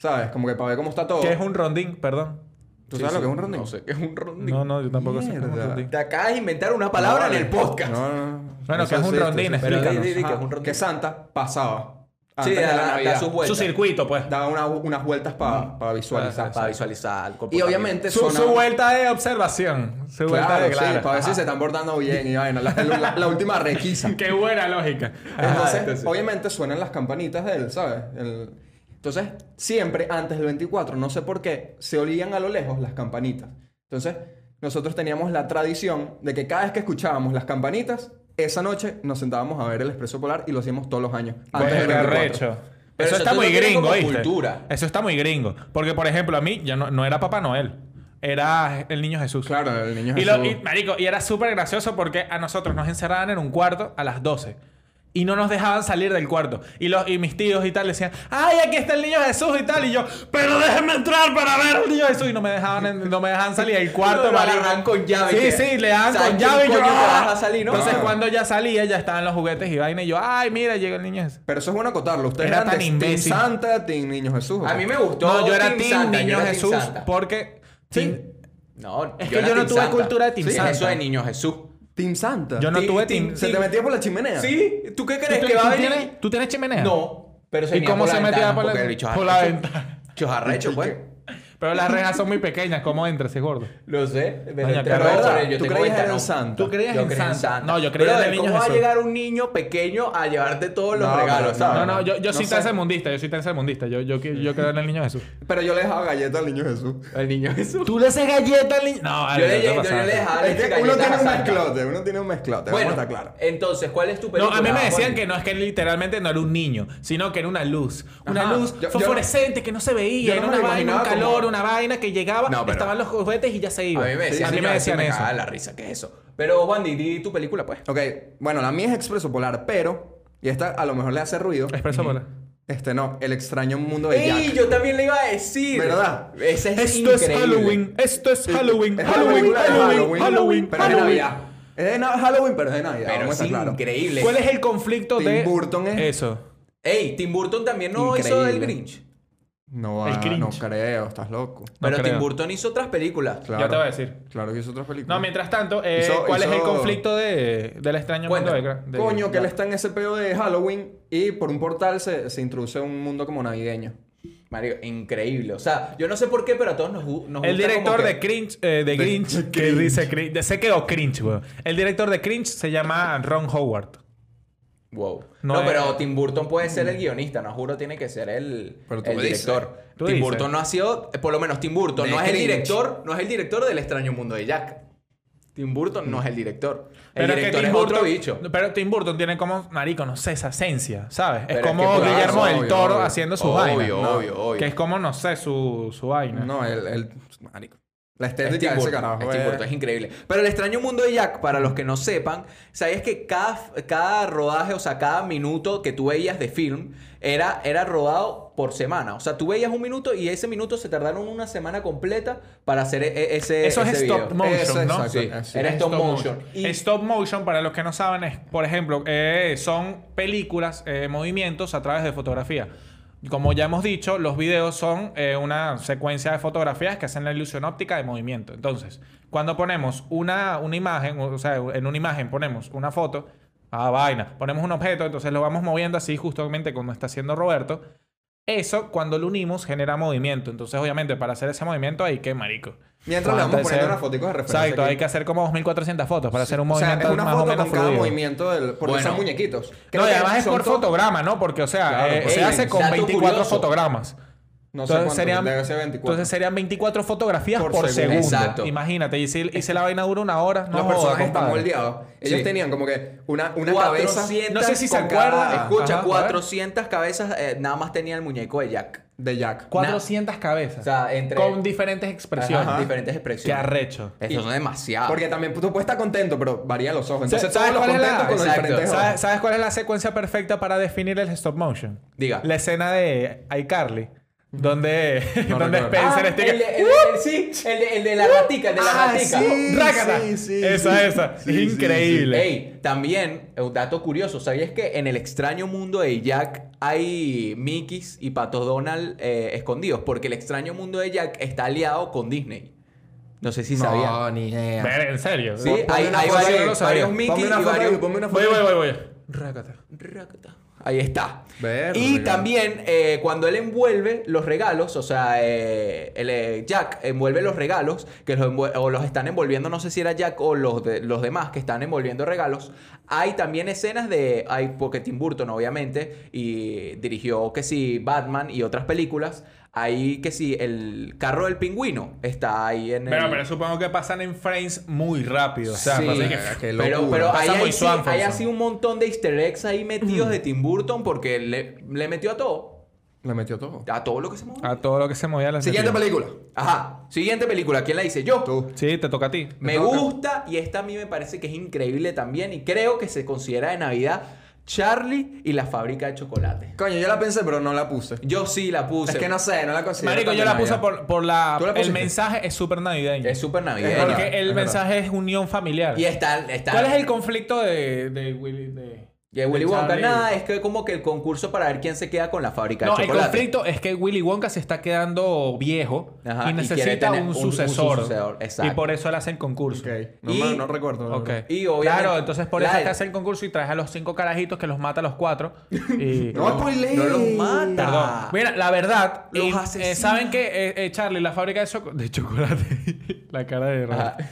Speaker 1: ¿Sabes? Como que para ver cómo está todo.
Speaker 2: Que es un rondín, perdón.
Speaker 1: ¿Tú
Speaker 3: Sí,
Speaker 1: sabes lo
Speaker 3: sí,
Speaker 1: que es un rondín?
Speaker 3: No sé, es un rondín.
Speaker 2: No, no, yo tampoco sé. qué es un
Speaker 1: Mierda.
Speaker 2: rondín.
Speaker 3: Te acabas de inventar una palabra en el podcast.
Speaker 1: No, no, no.
Speaker 2: Bueno,
Speaker 1: Eso
Speaker 2: que es un
Speaker 1: existe,
Speaker 2: rondín,
Speaker 1: eso
Speaker 3: Pero di-
Speaker 2: explícanos.
Speaker 3: di- di que
Speaker 1: Ajá,
Speaker 3: es un rondín.
Speaker 1: que Santa pasaba
Speaker 3: Sí,
Speaker 1: antes de
Speaker 3: da,
Speaker 1: la
Speaker 3: da- da
Speaker 1: Navidad.
Speaker 3: sus vueltas.
Speaker 2: Su circuito, pues.
Speaker 1: Daba una- unas vueltas para visualizar.
Speaker 3: Para visualizar. el
Speaker 1: Y
Speaker 3: comportamiento.
Speaker 1: obviamente
Speaker 2: Su, su
Speaker 1: sonaba-
Speaker 2: vuelta de observación. Su vuelta
Speaker 1: Claro,
Speaker 2: de
Speaker 1: sí,
Speaker 2: claro.
Speaker 1: para ver si
Speaker 2: Ajá.
Speaker 1: se están portando bien y vaina. La, la- la última requisa.
Speaker 2: Qué buena lógica. Ajá.
Speaker 1: Entonces,
Speaker 3: entonces.
Speaker 1: obviamente suenan las campanitas de él, ¿sabes? El- Entonces, siempre antes del 24, no sé por qué, se olían a lo lejos las campanitas. Entonces, nosotros teníamos la tradición de que cada vez que escuchábamos las campanitas, esa noche nos sentábamos a ver el Expreso Polar y lo hacíamos todos los años. Antes del
Speaker 2: Verga,
Speaker 1: 24.
Speaker 2: recho. eso
Speaker 3: Pero eso
Speaker 2: está
Speaker 3: tú
Speaker 2: muy
Speaker 3: lo tienes
Speaker 2: gringo,
Speaker 3: como
Speaker 2: ¿viste?
Speaker 3: cultura.
Speaker 2: Eso está muy gringo. Porque, por ejemplo, a mí ya no, no era Papá Noel. Era el niño Jesús.
Speaker 1: Claro, el niño
Speaker 2: Y, lo-
Speaker 1: Jesús.
Speaker 2: y, marico, y era súper gracioso porque a nosotros nos encerraban en un cuarto a las 12. Y no nos dejaban salir del cuarto. Y, los, y mis tíos y tal decían, ¡ay, aquí está el niño Jesús! y tal. Y yo, ¡pero déjenme entrar para ver al niño Jesús! Y no me dejaban, en- no me dejaban salir del cuarto.
Speaker 3: Lo
Speaker 2: marico.
Speaker 3: agarran con llave,
Speaker 2: Sí,
Speaker 3: que-
Speaker 2: sí, le daban
Speaker 3: ¿sabes
Speaker 2: con
Speaker 3: quién
Speaker 2: llave. Y yo,
Speaker 3: coño te
Speaker 2: "Ah".
Speaker 3: vas a salir, no?
Speaker 2: Entonces,
Speaker 1: Ah.
Speaker 2: cuando ya salía, ya estaban los juguetes y vaina. Y yo, ¡ay, mira, llegó el niño Jesús!
Speaker 1: Pero eso es una cotarlo. Ustedes
Speaker 2: Era
Speaker 1: eran
Speaker 2: tan
Speaker 1: de
Speaker 2: imbécil.
Speaker 1: Team Santa, Team Niño Jesús.
Speaker 3: A mí me gustó.
Speaker 2: No, yo era
Speaker 3: Team
Speaker 2: Team
Speaker 3: Santa, yo
Speaker 2: Niño
Speaker 3: era Team
Speaker 2: Jesús
Speaker 3: Santa.
Speaker 2: porque...
Speaker 1: Sí.
Speaker 2: Team-
Speaker 3: No,
Speaker 2: Es que yo no
Speaker 3: Team
Speaker 2: tuve
Speaker 3: Santa.
Speaker 2: cultura de Team
Speaker 3: Sí,
Speaker 2: Santa.
Speaker 3: Eso de niño Jesús.
Speaker 1: Team Santa.
Speaker 2: Yo no
Speaker 3: Ti-
Speaker 2: tuve
Speaker 3: ti-
Speaker 2: team.
Speaker 3: ti-
Speaker 1: Se te metía por la chimenea.
Speaker 3: ¿Sí? ¿Tú qué
Speaker 2: ¿Tú,
Speaker 3: crees
Speaker 2: tú-
Speaker 3: que va
Speaker 2: tú
Speaker 3: a venir?
Speaker 2: tienes, ¿Tú tienes chimenea?
Speaker 3: No, pero se
Speaker 2: ¿Y
Speaker 3: venía
Speaker 2: cómo
Speaker 3: por la
Speaker 2: se metía
Speaker 3: ventana,
Speaker 2: por la-
Speaker 3: porque el bicho es
Speaker 2: por la
Speaker 3: arrecho.
Speaker 2: ventana?
Speaker 3: Bicho es arrecho, pues.
Speaker 2: Pero las rejas son muy pequeñas. ¿Cómo entras, si es gordo?
Speaker 3: Lo sé. Pero
Speaker 2: Coño,
Speaker 1: Pero,
Speaker 2: qué
Speaker 3: entre
Speaker 2: Pero,
Speaker 3: nosotros,
Speaker 1: ¿verdad?
Speaker 3: yo
Speaker 1: ¿Tú
Speaker 3: tengo
Speaker 1: creías en
Speaker 3: ventana.
Speaker 1: el Santa?
Speaker 2: ¿Tú creías
Speaker 3: Yo
Speaker 2: en
Speaker 3: creía en
Speaker 2: Santa?
Speaker 3: Santa.
Speaker 2: No, yo creía
Speaker 3: Brother,
Speaker 2: en el niño
Speaker 3: ¿Cómo va a
Speaker 2: Jesús.
Speaker 3: llegar un niño pequeño a llevarte todos los
Speaker 1: No,
Speaker 3: regalos,
Speaker 1: no,
Speaker 3: sabes?
Speaker 2: No, no, yo, yo
Speaker 1: no
Speaker 2: soy
Speaker 1: sé.
Speaker 2: tercermundista, yo soy tercermundista. Yo, yo, qui- yo creo en el niño Jesús.
Speaker 1: Pero yo le dejaba galleta al niño Jesús.
Speaker 3: El niño Jesús.
Speaker 2: ¿Tú le haces galleta al niño? No,
Speaker 3: Yo
Speaker 2: vale,
Speaker 3: le,
Speaker 2: te
Speaker 3: yo, yo le
Speaker 2: pasaste.
Speaker 3: dejaba
Speaker 1: Es
Speaker 3: leche
Speaker 1: que uno
Speaker 3: galletas
Speaker 1: tiene
Speaker 3: a
Speaker 1: un
Speaker 3: Santa.
Speaker 1: mezclote, uno tiene un mezclote,
Speaker 3: Bueno,
Speaker 1: vamos a estar claro.
Speaker 3: entonces, ¿cuál es tu
Speaker 2: No,
Speaker 3: película? pues.
Speaker 2: a mí me decían
Speaker 3: favorita?
Speaker 2: que no, es que literalmente no era un niño, sino que era una luz. Una
Speaker 3: Ajá.
Speaker 2: luz
Speaker 1: Yo- yo
Speaker 2: fosforescente que no se veía,
Speaker 1: yo
Speaker 2: era
Speaker 1: no me
Speaker 2: una
Speaker 1: lo
Speaker 2: vaina, un
Speaker 1: imaginaba como-
Speaker 2: calor, una vaina que llegaba,
Speaker 3: No, pero-
Speaker 2: estaban los juguetes y ya se iba.
Speaker 3: A mí me decían,
Speaker 2: a mí
Speaker 3: señor,
Speaker 2: me decían
Speaker 3: me
Speaker 2: eso.
Speaker 3: cagaba la risa, ¿qué es eso? Pero, Juan, di, di tu película, pues.
Speaker 1: Ok, bueno, la mía es Expreso Polar, pero... Y esta a lo mejor le hace ruido.
Speaker 2: Expreso bola.
Speaker 1: Este no, El extraño mundo de
Speaker 3: ¡Ey!
Speaker 1: Jack.
Speaker 3: Yo también le iba a decir.
Speaker 1: Pues ¿Verdad?
Speaker 3: Ese es
Speaker 2: Esto es
Speaker 3: increíble.
Speaker 2: Halloween, esto es Halloween,
Speaker 1: Es
Speaker 2: Halloween,
Speaker 1: película de
Speaker 2: Halloween, Halloween,
Speaker 1: Pero es de
Speaker 2: Halloween.
Speaker 1: Navidad. Es de na- Halloween, pero es de Navidad.
Speaker 3: Pero
Speaker 1: vamos a
Speaker 3: es
Speaker 1: estar claros.
Speaker 3: increíble.
Speaker 2: ¿Cuál es el conflicto
Speaker 1: Tim
Speaker 2: de
Speaker 1: Burton es-
Speaker 2: eso?
Speaker 3: Ey, Tim Burton también no hizo
Speaker 1: Increíble.
Speaker 3: el Grinch.
Speaker 1: No,
Speaker 2: El
Speaker 1: ah,
Speaker 2: cringe.
Speaker 1: no creo, estás loco.
Speaker 2: No
Speaker 3: Pero Tim
Speaker 2: creo.
Speaker 3: Burton hizo otras películas.
Speaker 1: Claro.
Speaker 2: Ya te voy a decir.
Speaker 1: Claro que hizo otras películas.
Speaker 2: No, mientras tanto, eh,
Speaker 1: Hizo-
Speaker 2: ¿cuál es el
Speaker 1: hizo-
Speaker 2: conflicto de, del extraño mundo
Speaker 3: Cuenta.
Speaker 2: de, Gra- de-
Speaker 1: Coño, que él está en ese pedo de Halloween y por un portal se, se introduce a un mundo como navideño.
Speaker 3: Mario, increíble. O sea, yo no sé por qué, pero a todos nos, gu- nos gusta
Speaker 2: El director
Speaker 3: como que-
Speaker 2: de Cringe, eh, de Grinch, que dice Cringe, se quedó Cringe, weón. El director de Cringe se llama Ron Howard.
Speaker 3: Wow.
Speaker 2: No
Speaker 3: No,
Speaker 2: es-
Speaker 3: pero Tim Burton puede ser el guionista, no juro, tiene que ser el,
Speaker 1: Mm. Pero tú
Speaker 3: el
Speaker 1: me dices.
Speaker 3: director.
Speaker 2: Tú
Speaker 3: Tim
Speaker 2: dices.
Speaker 3: Burton no ha sido, eh, por lo menos Tim Burton
Speaker 1: De
Speaker 3: no es el
Speaker 1: cringe.
Speaker 3: director, no es el director del extraño mundo de Jack. Tim Burton no es el director. El
Speaker 2: Pero es que
Speaker 3: director es,
Speaker 2: Tim
Speaker 3: otro
Speaker 2: Burton-
Speaker 3: bicho.
Speaker 2: Pero Tim Burton tiene como, marico, no sé, esa esencia, ¿sabes?
Speaker 3: Pero
Speaker 2: es
Speaker 3: es
Speaker 2: como
Speaker 3: que por-
Speaker 2: Guillermo
Speaker 1: obvio,
Speaker 2: del Toro
Speaker 1: obvio.
Speaker 2: haciendo su
Speaker 3: Obvio,
Speaker 2: vaina. ¿no?
Speaker 3: obvio, obvio.
Speaker 2: Que es como, no sé, su, su vaina.
Speaker 1: No, él, él marico. La
Speaker 3: Es
Speaker 1: estética
Speaker 3: Tim
Speaker 1: de ese
Speaker 3: Burton,
Speaker 1: carajo. eh.
Speaker 3: es Tim
Speaker 1: es-
Speaker 3: Burton, este es increíble. Pero el extraño mundo de Jack, para los que no sepan, sabías que cada, cada rodaje, o sea, cada minuto que tú veías de film era, era rodado por semana. O sea, tú veías un minuto y ese minuto se tardaron una semana completa para hacer e- e- ese.
Speaker 2: Eso es
Speaker 3: ese
Speaker 2: stop
Speaker 3: video.
Speaker 2: motion,
Speaker 1: Eso,
Speaker 2: ¿no?
Speaker 1: exacto.
Speaker 3: Sí,
Speaker 1: Así.
Speaker 3: era stop motion. Y-
Speaker 2: Stop motion, para los que no saben, es, por ejemplo, eh, son películas, eh, movimientos a través de fotografía. Como ya hemos dicho, los videos son eh, una secuencia de fotografías que hacen la ilusión óptica de movimiento. Entonces, cuando ponemos una, una imagen, o sea, en una imagen ponemos una foto, ah, vaina, ponemos un objeto, entonces lo vamos moviendo así justamente como está haciendo Roberto. Eso, cuando lo unimos, genera movimiento. Entonces, obviamente, para hacer ese movimiento hay que, marico.
Speaker 1: Mientras le vamos
Speaker 2: ¿Cuántas
Speaker 1: poniendo
Speaker 2: ser?
Speaker 1: unas foticos de referencia
Speaker 2: Exacto,
Speaker 1: aquí.
Speaker 2: hay que hacer como 2400 fotos para hacer un
Speaker 1: o sea,
Speaker 2: movimiento
Speaker 1: es una
Speaker 2: más o
Speaker 1: foto
Speaker 2: menos
Speaker 1: con cada
Speaker 2: fluido.
Speaker 1: movimiento del, porque
Speaker 3: Bueno.
Speaker 1: son muñequitos. Creo
Speaker 2: No, y
Speaker 1: que
Speaker 2: además es
Speaker 1: son
Speaker 2: por
Speaker 1: to-
Speaker 2: fotograma, ¿no? Porque, o sea,
Speaker 1: Claro,
Speaker 2: eh,
Speaker 1: pues.
Speaker 2: se
Speaker 1: Ey,
Speaker 2: hace con
Speaker 3: dato
Speaker 2: 24
Speaker 3: curioso.
Speaker 2: fotogramas.
Speaker 1: No sé cuánto, debe ser 24.
Speaker 2: entonces serían 24 fotografías por,
Speaker 1: Por
Speaker 2: segundo.
Speaker 1: segundo.
Speaker 3: Exacto.
Speaker 2: Imagínate, hice, hice la vaina dura una hora. No,
Speaker 1: los
Speaker 2: joda,
Speaker 1: personajes están
Speaker 2: compadre.
Speaker 1: moldeados. Ellos
Speaker 3: Sí.
Speaker 1: tenían como que una, una cabeza
Speaker 3: 400
Speaker 2: No sé si se
Speaker 3: con
Speaker 2: acuerda.
Speaker 3: cada- eh, Escucha,
Speaker 2: Ajá, a ver.
Speaker 3: 400 cabezas eh, nada más tenía el muñeco de Jack.
Speaker 1: de Jack.
Speaker 2: 400 cabezas.
Speaker 3: O sea, entre-
Speaker 2: Con diferentes expresiones.
Speaker 3: Ajá, diferentes expresiones.
Speaker 2: Qué arrecho.
Speaker 3: Eso es demasiado.
Speaker 1: Porque también tú puedes estar contento, pero varían los ojos.
Speaker 2: ¿Sabes
Speaker 1: Entonces todos los
Speaker 2: cuál es la-
Speaker 1: contentos con los
Speaker 3: Exacto.
Speaker 1: diferentes ojos.
Speaker 2: ¿Sabes, sabes cuál es la secuencia perfecta para definir el stop motion?
Speaker 3: Diga.
Speaker 2: La escena de iCarly, donde,
Speaker 1: No
Speaker 2: donde
Speaker 1: recuerdo.
Speaker 2: Spencer
Speaker 3: Ah,
Speaker 2: está
Speaker 3: el, de- el- el- sí, el de, el de la ratica, el de la
Speaker 1: ¡Uh! Ah,
Speaker 3: ratica.
Speaker 1: sí.
Speaker 2: ¡Rácata!
Speaker 1: Sí, sí,
Speaker 2: esa,
Speaker 1: sí.
Speaker 2: esa.
Speaker 1: Sí,
Speaker 2: es
Speaker 1: sí,
Speaker 2: increíble.
Speaker 3: Ey, también, eh, un dato curioso, ¿sabías que en el extraño mundo de Jack hay Mickeys y Pato Donald eh, escondidos? Porque el extraño mundo de Jack está aliado con Disney. No sé si sabían.
Speaker 1: ni
Speaker 2: Ver, en serio.
Speaker 3: Sí,
Speaker 2: Voy,
Speaker 1: Ponme
Speaker 3: hay,
Speaker 1: una
Speaker 3: hay
Speaker 1: foto ahí,
Speaker 2: yo no lo
Speaker 3: varios,
Speaker 2: sabía.
Speaker 3: varios
Speaker 2: Ponme
Speaker 3: Mickey
Speaker 1: Ponme una
Speaker 3: y
Speaker 1: foto ahí,
Speaker 3: varios...
Speaker 1: ponme una foto
Speaker 2: voy,
Speaker 1: ahí.
Speaker 2: voy, voy. Rácata.
Speaker 3: Rácata. Ahí está.
Speaker 1: Verde,
Speaker 3: y
Speaker 1: cara.
Speaker 3: también eh, cuando él envuelve los regalos, o sea, eh, el, eh, Jack envuelve los regalos, que los, envue- o los están envolviendo, no sé si era Jack o los, de- los demás que están envolviendo regalos, hay también escenas de, hay, porque Tim Burton obviamente, y dirigió que sí, Batman y otras películas, hay que sí, el carro del pingüino está ahí en
Speaker 2: Pero,
Speaker 3: el...
Speaker 2: pero supongo que pasan en frames muy rápido. O sea,
Speaker 3: Sí.
Speaker 2: pasa que-
Speaker 1: Verga, qué
Speaker 3: Pero,
Speaker 1: locura.
Speaker 3: pero
Speaker 2: Pasa
Speaker 3: ahí hay,
Speaker 2: muy Mm.
Speaker 3: sí-
Speaker 2: Swanson.
Speaker 3: hay así un montón de easter eggs ahí metidos de Tim Burton porque le, le metió a todo.
Speaker 1: Le metió todo.
Speaker 3: A todo lo que se movió.
Speaker 2: a todo lo que se movía la
Speaker 1: Siguiente película.
Speaker 3: Ajá. Siguiente película. ¿Quién la dice? Yo.
Speaker 1: Tú.
Speaker 2: Sí, te toca a ti.
Speaker 3: Me
Speaker 1: Te toca.
Speaker 3: gusta y esta a mí me parece que es increíble también y creo que se considera de Navidad Charlie y la fábrica de chocolate.
Speaker 1: Coño, yo la pensé, pero no la puse.
Speaker 3: Yo sí la puse.
Speaker 1: Es que no sé, no la considero.
Speaker 2: Marico,
Speaker 1: tan
Speaker 2: yo
Speaker 1: de
Speaker 2: la puse
Speaker 1: Navidad.
Speaker 2: por, por la...
Speaker 1: ¿Tú la
Speaker 2: el
Speaker 1: pusiste?
Speaker 2: mensaje es súper navideño.
Speaker 3: Es súper
Speaker 1: Es
Speaker 3: navideño.
Speaker 1: verdad,
Speaker 2: Porque el
Speaker 1: es
Speaker 2: mensaje es unión familiar.
Speaker 3: Y está, está.
Speaker 2: ¿Cuál es el conflicto de, de Willy? De...
Speaker 3: Y Willy Wonka,
Speaker 2: Charlie.
Speaker 3: nada, es que como que el concurso para ver quién se queda con la fábrica
Speaker 2: No,
Speaker 3: de
Speaker 2: el
Speaker 3: chocolate.
Speaker 2: conflicto es que Willy Wonka se está quedando viejo
Speaker 3: Ajá,
Speaker 2: y
Speaker 3: y quiere
Speaker 2: necesita
Speaker 3: tener
Speaker 2: un,
Speaker 3: un- un
Speaker 2: sucesor.
Speaker 3: sucesor, exacto.
Speaker 2: Y por eso le hacen concurso.
Speaker 1: Ok. No,
Speaker 3: Y-
Speaker 1: me- no recuerdo. la
Speaker 2: Ok.
Speaker 1: verdad.
Speaker 3: Y obviamente-
Speaker 2: Claro, entonces por
Speaker 3: la
Speaker 2: eso
Speaker 3: de-
Speaker 2: te hacen concurso y traes a los cinco carajitos que los mata a los cuatro. Y...
Speaker 1: No, spoilees.
Speaker 3: No los mata.
Speaker 2: Perdón. Mira, la verdad,
Speaker 3: Los
Speaker 2: eh, eh,
Speaker 3: asesina.
Speaker 2: ¿saben que Charlie, la fábrica de, choco- de chocolate, la cara de
Speaker 3: Ajá.
Speaker 2: Roberto.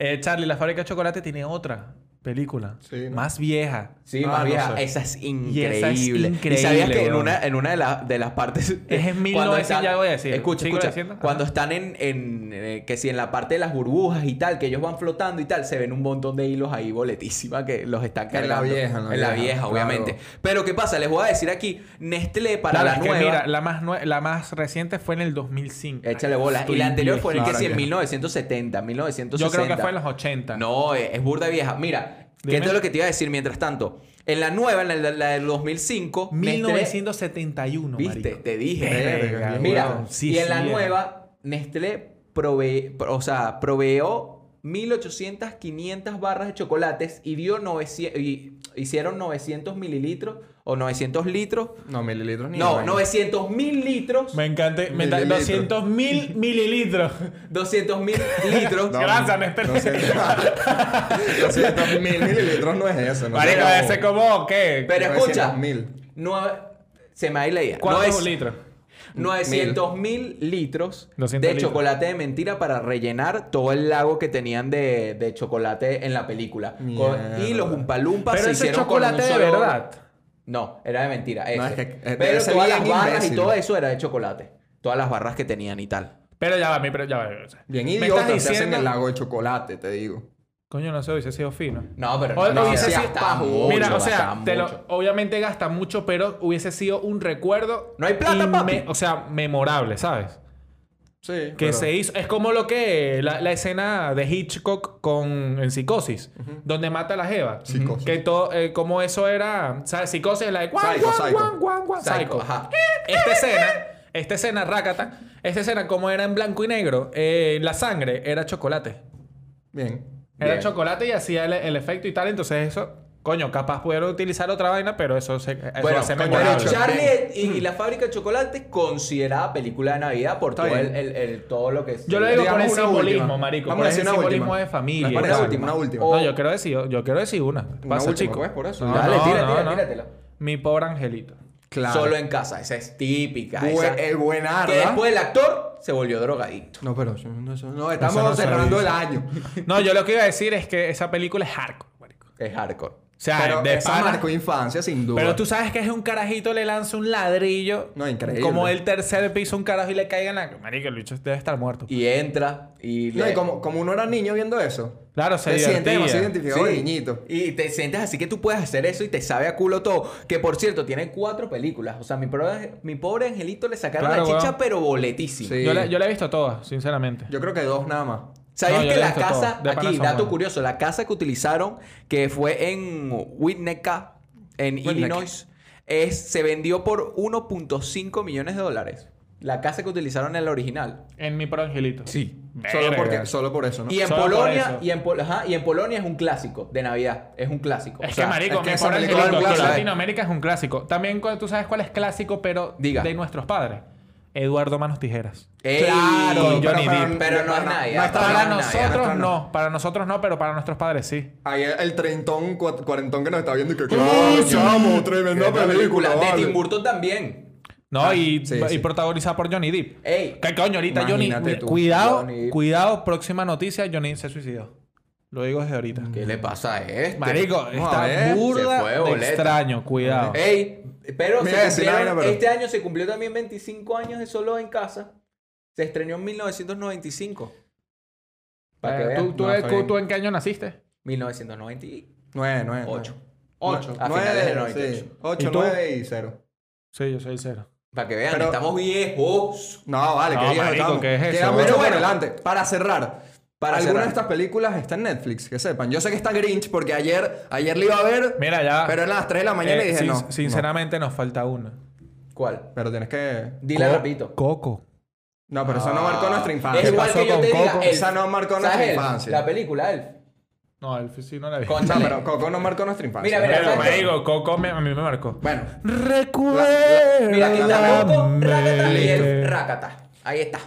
Speaker 2: Eh, Charlie, la fábrica de chocolate tiene otra película,
Speaker 1: Sí, ¿no?
Speaker 2: más vieja.
Speaker 3: Sí,
Speaker 1: Ah,
Speaker 3: más
Speaker 1: no
Speaker 3: vieja.
Speaker 1: sé.
Speaker 3: Esa es
Speaker 2: Y esa es
Speaker 3: increíble. Y,
Speaker 2: increíble,
Speaker 3: sabías que en
Speaker 2: weón.
Speaker 3: una, en una de, las- de las partes.
Speaker 2: Es en 1900,
Speaker 3: cuando están-
Speaker 2: ya voy a decir.
Speaker 3: Escucha,
Speaker 2: Sigo
Speaker 3: escucha.
Speaker 2: diciendo. Ajá.
Speaker 3: Cuando están en. en, eh, que si en la parte de las burbujas y tal, que ellos van flotando y tal, se ven un montón de hilos ahí boletísima que los están
Speaker 1: En la
Speaker 3: cargando.
Speaker 1: vieja, en la
Speaker 3: En la
Speaker 1: vieja,
Speaker 3: vieja,
Speaker 1: claro.
Speaker 3: obviamente. Pero ¿qué pasa? Les voy a decir aquí: Nestlé para
Speaker 2: Claro,
Speaker 3: la
Speaker 2: es que
Speaker 3: nueva.
Speaker 2: mira, la más, nue- la más reciente fue en el 2005.
Speaker 3: Échale bolas. Y
Speaker 2: Estoy
Speaker 3: la anterior fue en que
Speaker 1: viejo.
Speaker 3: si en
Speaker 1: Claro,
Speaker 3: 1970, 1960.
Speaker 2: Yo creo que fue en los 80.
Speaker 3: No, eh, es burda vieja. Mira, que
Speaker 2: Dime.
Speaker 3: esto es lo que te iba a decir mientras tanto. En la nueva, en la, la- la del 2005, Nestlé-
Speaker 2: 1971,
Speaker 3: ¿Viste?
Speaker 2: marico.
Speaker 3: Te dije.
Speaker 1: Verga,
Speaker 3: Mira,
Speaker 1: weón.
Speaker 2: Sí,
Speaker 3: y en
Speaker 2: sí,
Speaker 3: la
Speaker 2: era.
Speaker 3: nueva, Nestlé provee, pro- o sea, proveó 1800, 500 barras de chocolates y dio 900, y hicieron 900 mililitros o 900 litros.
Speaker 1: No, mililitros ni.
Speaker 3: No,
Speaker 1: vaina.
Speaker 3: 900 mil litros.
Speaker 2: Me encanta. Me encanta-
Speaker 1: Mililitros.
Speaker 2: 200 mil mililitros.
Speaker 3: 200 mil litros.
Speaker 1: No,
Speaker 2: Gracias, Nestlé.
Speaker 1: 200 200 mil mililitros no es eso. No
Speaker 2: Marico,
Speaker 1: sé.
Speaker 2: ese como, ¿qué?
Speaker 3: Pero escucha,
Speaker 1: 900.000.
Speaker 3: nueve- se me ha ido la idea.
Speaker 2: ¿Cuánto es
Speaker 3: Nueve-
Speaker 2: un litro?
Speaker 3: 900 mil litros
Speaker 2: 200
Speaker 3: de
Speaker 2: litros.
Speaker 3: chocolate de mentira para rellenar todo el lago que tenían de, de chocolate en la película. Con-
Speaker 1: Mierda.
Speaker 3: y los umpalumpas
Speaker 2: Pero
Speaker 3: se
Speaker 2: ese
Speaker 3: hicieron
Speaker 2: chocolate
Speaker 3: con un
Speaker 2: de
Speaker 3: solo-
Speaker 2: verdad.
Speaker 3: No, era de mentira.
Speaker 1: No,
Speaker 3: ese.
Speaker 1: es que- eh,
Speaker 3: Pero
Speaker 1: ese
Speaker 3: todas las
Speaker 1: bien
Speaker 3: barras
Speaker 1: imbécil.
Speaker 3: y todo eso era de chocolate. Todas las barras que tenían y tal.
Speaker 2: Pero ya va, mi- pero ya va. o sea,
Speaker 1: Bien
Speaker 2: me
Speaker 1: idiota,
Speaker 2: estás
Speaker 1: te hacen
Speaker 2: diciendo-
Speaker 1: el lago de chocolate, te digo.
Speaker 2: Coño, no sé, hubiese sido fino.
Speaker 3: No, pero
Speaker 2: O-
Speaker 3: no,
Speaker 2: hubiese
Speaker 3: se
Speaker 2: sido-
Speaker 3: gasta mucho,
Speaker 2: Mira, o
Speaker 3: gasta
Speaker 2: sea, te lo-
Speaker 3: mucho.
Speaker 2: obviamente gasta mucho, pero hubiese sido un recuerdo.
Speaker 3: No hay plata, papi.
Speaker 2: O sea, memorable, ¿sabes?
Speaker 1: Sí.
Speaker 2: Que se hizo. Es como lo que. La, la escena de Hitchcock con. En Psicosis. Donde mata a la Jeva.
Speaker 1: Psicosis.
Speaker 2: Que todo. eh, como eso era. ¿Sabes? Psicosis es la de. Guan,
Speaker 1: Psycho,
Speaker 2: guan,
Speaker 1: psycho.
Speaker 2: guan, guan, guan,
Speaker 3: Psycho,
Speaker 2: psycho.
Speaker 3: ajá.
Speaker 2: Esta escena. Esta escena, Rakata. Esta escena, como era en blanco y negro. eh, la sangre era chocolate.
Speaker 1: Bien.
Speaker 2: Era
Speaker 3: Bien.
Speaker 2: chocolate y hacía el, el efecto y tal. Entonces eso, coño, capaz pudieron utilizar otra vaina, pero eso se eso
Speaker 3: Bueno,
Speaker 2: hace
Speaker 1: coño,
Speaker 2: memorable.
Speaker 1: hecho.
Speaker 3: Charlie y, y la fábrica de chocolate considerada película de Navidad por
Speaker 1: Está
Speaker 3: todo
Speaker 1: bien.
Speaker 3: el, el- el- todo lo que es-
Speaker 2: Yo lo digo por
Speaker 1: Digamos
Speaker 2: el
Speaker 1: una
Speaker 2: simbolismo,
Speaker 1: última.
Speaker 2: marico.
Speaker 1: Vamos
Speaker 2: por
Speaker 1: a
Speaker 2: el
Speaker 1: decir una
Speaker 2: simbolismo
Speaker 1: última.
Speaker 2: de familia.
Speaker 1: Una
Speaker 2: ¿sabes?
Speaker 1: última, una última.
Speaker 2: No, yo quiero decir, yo quiero decir una. Pasa,
Speaker 1: última,
Speaker 2: chico.
Speaker 1: pues, por eso.
Speaker 2: No,
Speaker 3: Dale,
Speaker 2: no,
Speaker 3: tira,
Speaker 2: no,
Speaker 3: tira,
Speaker 2: no.
Speaker 3: tíratela.
Speaker 2: Mi pobre angelito.
Speaker 1: Claro.
Speaker 3: Solo en casa, esa es típica.
Speaker 1: Bue-
Speaker 3: esa-
Speaker 1: el buen
Speaker 3: que
Speaker 1: Arda.
Speaker 3: después el actor se volvió drogadicto.
Speaker 1: No, pero eso- no, eso- no,
Speaker 2: Eso
Speaker 1: estamos
Speaker 2: no se
Speaker 1: cerrando
Speaker 2: dice.
Speaker 1: el año.
Speaker 2: No, yo lo que iba a decir es que esa película es hardcore, marico. O
Speaker 3: Es hardcore.
Speaker 2: sea,
Speaker 1: pero
Speaker 2: de
Speaker 1: esa
Speaker 2: pana-
Speaker 1: marcó infancia, sin duda.
Speaker 2: Pero tú sabes que es un carajito le lanza un ladrillo.
Speaker 1: No, increíble.
Speaker 2: Como el tercer piso un carajo y le caiga en la... Marico, el bicho debe estar muerto.
Speaker 3: Y entra y
Speaker 1: No,
Speaker 3: le-
Speaker 1: y como, como uno era niño viendo eso.
Speaker 2: Claro, se
Speaker 1: Te sientes
Speaker 2: divertía.
Speaker 1: demasiado
Speaker 3: Sí.
Speaker 1: identificado de niñito.
Speaker 3: Y te sientes así que tú puedes hacer eso y te sabe a culo todo. Que por cierto, tiene cuatro películas. O sea, mi, pro- mi pobre angelito le sacaron
Speaker 2: Claro,
Speaker 3: la chicha,
Speaker 2: weón.
Speaker 3: pero boletísimo.
Speaker 1: Sí.
Speaker 2: Yo, la, yo la he visto todas, sinceramente.
Speaker 1: Yo creo que dos nada más.
Speaker 3: ¿Sabías
Speaker 2: No, yo
Speaker 3: que
Speaker 2: le he
Speaker 3: la
Speaker 2: visto
Speaker 3: casa,
Speaker 2: todo. De pana
Speaker 3: aquí,
Speaker 2: son
Speaker 3: dato
Speaker 2: buenas.
Speaker 3: curioso, la casa que utilizaron, que fue en Winnetka, en
Speaker 1: Winnetka.
Speaker 3: Illinois, es, se vendió por 1.5 millones de dólares. La casa que utilizaron en la original.
Speaker 2: En mi pro angelito. Sí.
Speaker 1: Solo, porque, solo por eso, ¿no?
Speaker 3: Y en
Speaker 2: Solo por
Speaker 3: Polonia,
Speaker 2: eso.
Speaker 3: y en, Pol- ajá, y en Polonia es un clásico de Navidad. Es un clásico.
Speaker 2: Es
Speaker 3: O sea,
Speaker 2: que marico,
Speaker 1: es que
Speaker 2: mi
Speaker 1: esa
Speaker 2: pobre
Speaker 1: película
Speaker 2: angelito
Speaker 1: es un
Speaker 2: en
Speaker 1: clásico.
Speaker 2: Latinoamérica es un clásico. También cu- tú sabes cuál es clásico, pero
Speaker 3: Diga.
Speaker 2: de nuestros padres. Eduardo Manos Tijeras.
Speaker 3: ¡Ey!
Speaker 2: Claro,
Speaker 3: pero,
Speaker 2: Johnny Depp.
Speaker 3: pero no es Navidad.
Speaker 1: No está
Speaker 3: Para
Speaker 2: Para
Speaker 3: no,
Speaker 1: hablando
Speaker 3: nosotros
Speaker 2: nosotros no, para nosotros no, pero para nuestros padres sí.
Speaker 1: Ahí el treintón, cua- cuarentón que nos está viendo y que...
Speaker 3: Coño,
Speaker 1: chamo!
Speaker 3: es
Speaker 1: Tremenda
Speaker 3: una película. De Tim
Speaker 1: vale".
Speaker 3: Burton también.
Speaker 2: No, y,
Speaker 1: Ah, sí,
Speaker 2: y
Speaker 1: sí.
Speaker 2: protagonizada por Johnny Depp.
Speaker 3: Ey.
Speaker 2: ¿Qué coño? Ahorita Johnny.
Speaker 1: Imagínate tú,
Speaker 2: Cuidado,
Speaker 3: Johnny Depp.
Speaker 2: cuidado, próxima noticia: Johnny se suicidó. Lo digo desde ahorita.
Speaker 3: ¿Qué le pasa a este?
Speaker 2: Marico,
Speaker 1: Mm. a
Speaker 2: está
Speaker 1: ver, se Eh,
Speaker 2: burda
Speaker 3: fue
Speaker 2: de
Speaker 3: boleta.
Speaker 2: extraño, cuidado.
Speaker 3: Ey, pero,
Speaker 1: Me
Speaker 3: se
Speaker 1: iba a decir la
Speaker 3: cumplieron-
Speaker 1: vaina, pero-
Speaker 3: este año se cumplió también 25 años de Solo en Casa. Se estrenó en 1995. Para que
Speaker 2: Eh,
Speaker 3: vean.
Speaker 2: ¿tú, tú-
Speaker 1: No, está
Speaker 2: tú-
Speaker 1: bien.
Speaker 2: tú en qué año naciste?
Speaker 3: 1998.
Speaker 1: Nueve, nueve.
Speaker 3: Ocho, a finales del 98.
Speaker 1: 8,
Speaker 2: ¿Y tú?
Speaker 1: 9 y 0.
Speaker 2: Sí, yo soy el cero.
Speaker 3: Para que vean,
Speaker 1: Pero-
Speaker 3: estamos viejos.
Speaker 1: No, vale,
Speaker 2: No,
Speaker 1: que ya
Speaker 2: marico,
Speaker 1: estamos.
Speaker 2: ¿qué es eso?
Speaker 1: Queda
Speaker 2: Pero
Speaker 1: mucho por
Speaker 3: bueno,
Speaker 1: delante. Para cerrar,
Speaker 3: para
Speaker 1: algunas
Speaker 3: cerrar.
Speaker 1: de estas películas está en Netflix, que sepan. Yo sé que está Grinch porque ayer, ayer le iba a ver,
Speaker 2: Mira, ya.
Speaker 1: pero eran las 3 de la mañana
Speaker 2: Eh,
Speaker 1: y dije
Speaker 2: sin-
Speaker 1: no. no.
Speaker 2: Sinceramente, nos falta una.
Speaker 3: ¿Cuál?
Speaker 1: Pero tienes que...
Speaker 3: Dila
Speaker 2: Co-
Speaker 3: rapidito.
Speaker 2: Coco.
Speaker 1: No, pero eso no
Speaker 3: Ah,
Speaker 1: marcó nuestra
Speaker 3: Es
Speaker 1: infancia.
Speaker 3: igual
Speaker 2: pasó
Speaker 3: que yo
Speaker 2: con
Speaker 3: te diga
Speaker 2: Coco?
Speaker 3: Elf.
Speaker 1: Esa no marcó
Speaker 3: ¿Sabes
Speaker 1: nuestra
Speaker 3: Elf?
Speaker 1: infancia.
Speaker 3: La película Elf.
Speaker 2: No, el sí no la vi.
Speaker 3: Concha,
Speaker 1: No, pero Coco no marcó nuestra infancia.
Speaker 3: Mira, mira,
Speaker 2: Pero
Speaker 3: Exacto.
Speaker 2: me digo, Coco me- a mí me marcó.
Speaker 1: Bueno,
Speaker 2: Recuerda.
Speaker 3: Mira, aquí está Coco, Rácata y el
Speaker 2: Coco
Speaker 3: Rácata. Ahí está,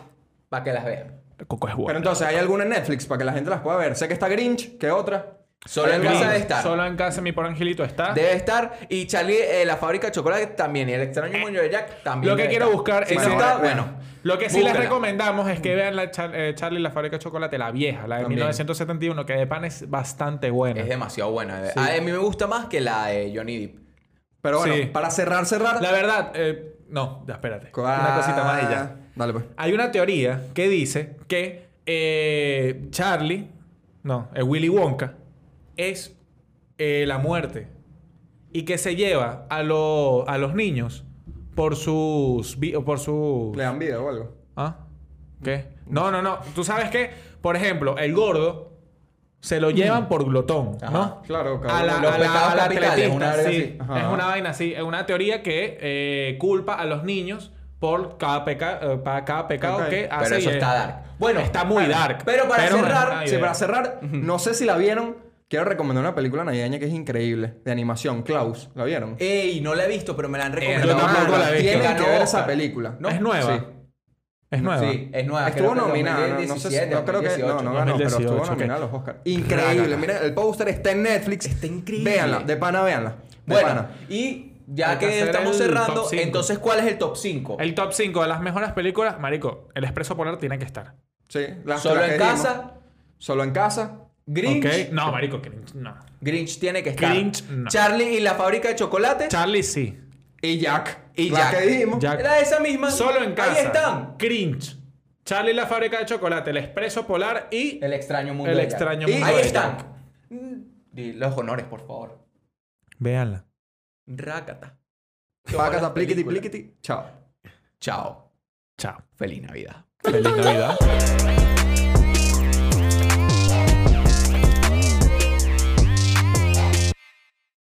Speaker 3: para que las vean.
Speaker 2: es
Speaker 1: pero
Speaker 2: bueno.
Speaker 1: entonces, ¿hay alguna en Netflix para que la gente las pueda ver? Sé que está Grinch, ¿qué otra?
Speaker 3: Solo
Speaker 1: ¿Hay
Speaker 3: en
Speaker 1: alguna?
Speaker 3: casa de estar.
Speaker 2: Solo en casa mi por angelito está.
Speaker 3: Debe estar. Y Charlie, eh, la fábrica de chocolate también. Y el extraño mundo de Jack también.
Speaker 2: Eh, Lo que
Speaker 3: debe
Speaker 2: quiero
Speaker 3: estar.
Speaker 2: buscar
Speaker 3: Si
Speaker 2: es-
Speaker 3: no está,
Speaker 1: Bueno,
Speaker 3: bueno.
Speaker 2: Lo que sí les
Speaker 3: búsquela.
Speaker 2: recomendamos es que vean la Char- eh, Charlie y la fábrica de chocolate, la vieja, la de
Speaker 1: También.
Speaker 2: 1971, que de pan es bastante buena.
Speaker 3: Es demasiado buena. A mí me gusta más que la de Johnny Depp.
Speaker 1: Pero bueno,
Speaker 2: Sí.
Speaker 1: para cerrar, cerrar.
Speaker 2: La verdad, eh, no, ya espérate.
Speaker 1: Ah,
Speaker 2: Una cosita más y ya.
Speaker 1: Dale, pues.
Speaker 2: Hay una teoría que dice que eh, Charlie, no, eh, Willy Wonka, es eh, la muerte. Y que se lleva a, lo- a los niños por sus... vi- Por sus
Speaker 1: Le dan vida o algo.
Speaker 2: ¿Ah? ¿Qué? No, no, no. Tú sabes que, por ejemplo, el gordo se lo llevan por glotón,
Speaker 3: Ajá.
Speaker 2: ¿no?
Speaker 1: Claro, cabrón.
Speaker 2: A la,
Speaker 3: Los
Speaker 2: a la,
Speaker 3: pecados
Speaker 2: a la
Speaker 3: capitales,
Speaker 2: atletista,
Speaker 3: una verga
Speaker 2: sí.
Speaker 1: así.
Speaker 2: Es
Speaker 1: Ajá.
Speaker 2: una vaina así. Es una teoría que eh, culpa a los niños por cada, peca- eh, para cada pecado
Speaker 1: Ok.
Speaker 2: que
Speaker 1: Pero
Speaker 2: hace.
Speaker 3: eso
Speaker 2: y, eh,
Speaker 3: está dark.
Speaker 2: Bueno, está muy dark.
Speaker 3: pero para cerrar,
Speaker 2: ay,
Speaker 1: Sí,
Speaker 2: eh,
Speaker 1: para cerrar, no sé si la vieron. Quiero recomendar una película navideña que es increíble, de animación, Klaus. ¿La vieron?
Speaker 2: Eh,
Speaker 3: Ey, no la he visto, pero me la han recomendado.
Speaker 2: yo tampoco
Speaker 3: Mano,
Speaker 2: la he visto.
Speaker 1: Tienen
Speaker 3: ganó
Speaker 1: que ver esa
Speaker 3: Oscar.
Speaker 1: película.
Speaker 2: Es nueva.
Speaker 1: Sí.
Speaker 2: Es nueva.
Speaker 3: Sí, es nueva.
Speaker 1: Estuvo
Speaker 3: Ah, creo que en
Speaker 1: nominada, no, no sé si,
Speaker 3: 2017,
Speaker 1: no creo que no, no
Speaker 3: 2018.
Speaker 1: ganó, pero
Speaker 2: 2018,
Speaker 1: estuvo
Speaker 2: ok.
Speaker 1: nominada a los Oscars. Increíble, mira, el póster está en Netflix.
Speaker 3: Está increíble.
Speaker 1: Véanla, de pana véanla. De
Speaker 3: Bueno,
Speaker 1: pana.
Speaker 3: y ya
Speaker 2: Hay que
Speaker 3: que
Speaker 2: hacer
Speaker 3: estamos
Speaker 2: el top
Speaker 3: cerrando,
Speaker 2: cinco.
Speaker 3: entonces, ¿cuál es el top 5?
Speaker 2: El top 5 de las mejores películas, marico, El Expreso Polar tiene que estar.
Speaker 1: Sí, las
Speaker 3: Solo
Speaker 1: las
Speaker 3: en
Speaker 1: que dijimos.
Speaker 3: casa,
Speaker 1: Solo en casa.
Speaker 3: Grinch.
Speaker 2: ¿Ok? No, marico, Grinch, no.
Speaker 3: Grinch tiene que estar.
Speaker 2: Grinch, no.
Speaker 3: Charlie y la fábrica de chocolate.
Speaker 2: Charlie sí.
Speaker 1: Y Jack.
Speaker 3: Y
Speaker 1: Las
Speaker 3: Jack.
Speaker 1: que dijimos.
Speaker 2: Jack.
Speaker 3: Era esa misma.
Speaker 2: Solo en casa.
Speaker 3: Ahí están.
Speaker 2: Cringe. Charlie y la fábrica de chocolate, el expreso polar y
Speaker 3: El extraño mundo.
Speaker 2: El
Speaker 3: de Jack.
Speaker 2: extraño
Speaker 3: Y
Speaker 2: mundo
Speaker 3: Ahí
Speaker 2: de Jack.
Speaker 3: están. Di los honores, por favor.
Speaker 2: Véanla.
Speaker 3: Rácata.
Speaker 1: Pacas, apliquiti,
Speaker 3: Película.
Speaker 1: pliquiti. Chao.
Speaker 3: Chao.
Speaker 2: Chao.
Speaker 3: Feliz Navidad.
Speaker 2: Feliz Navidad.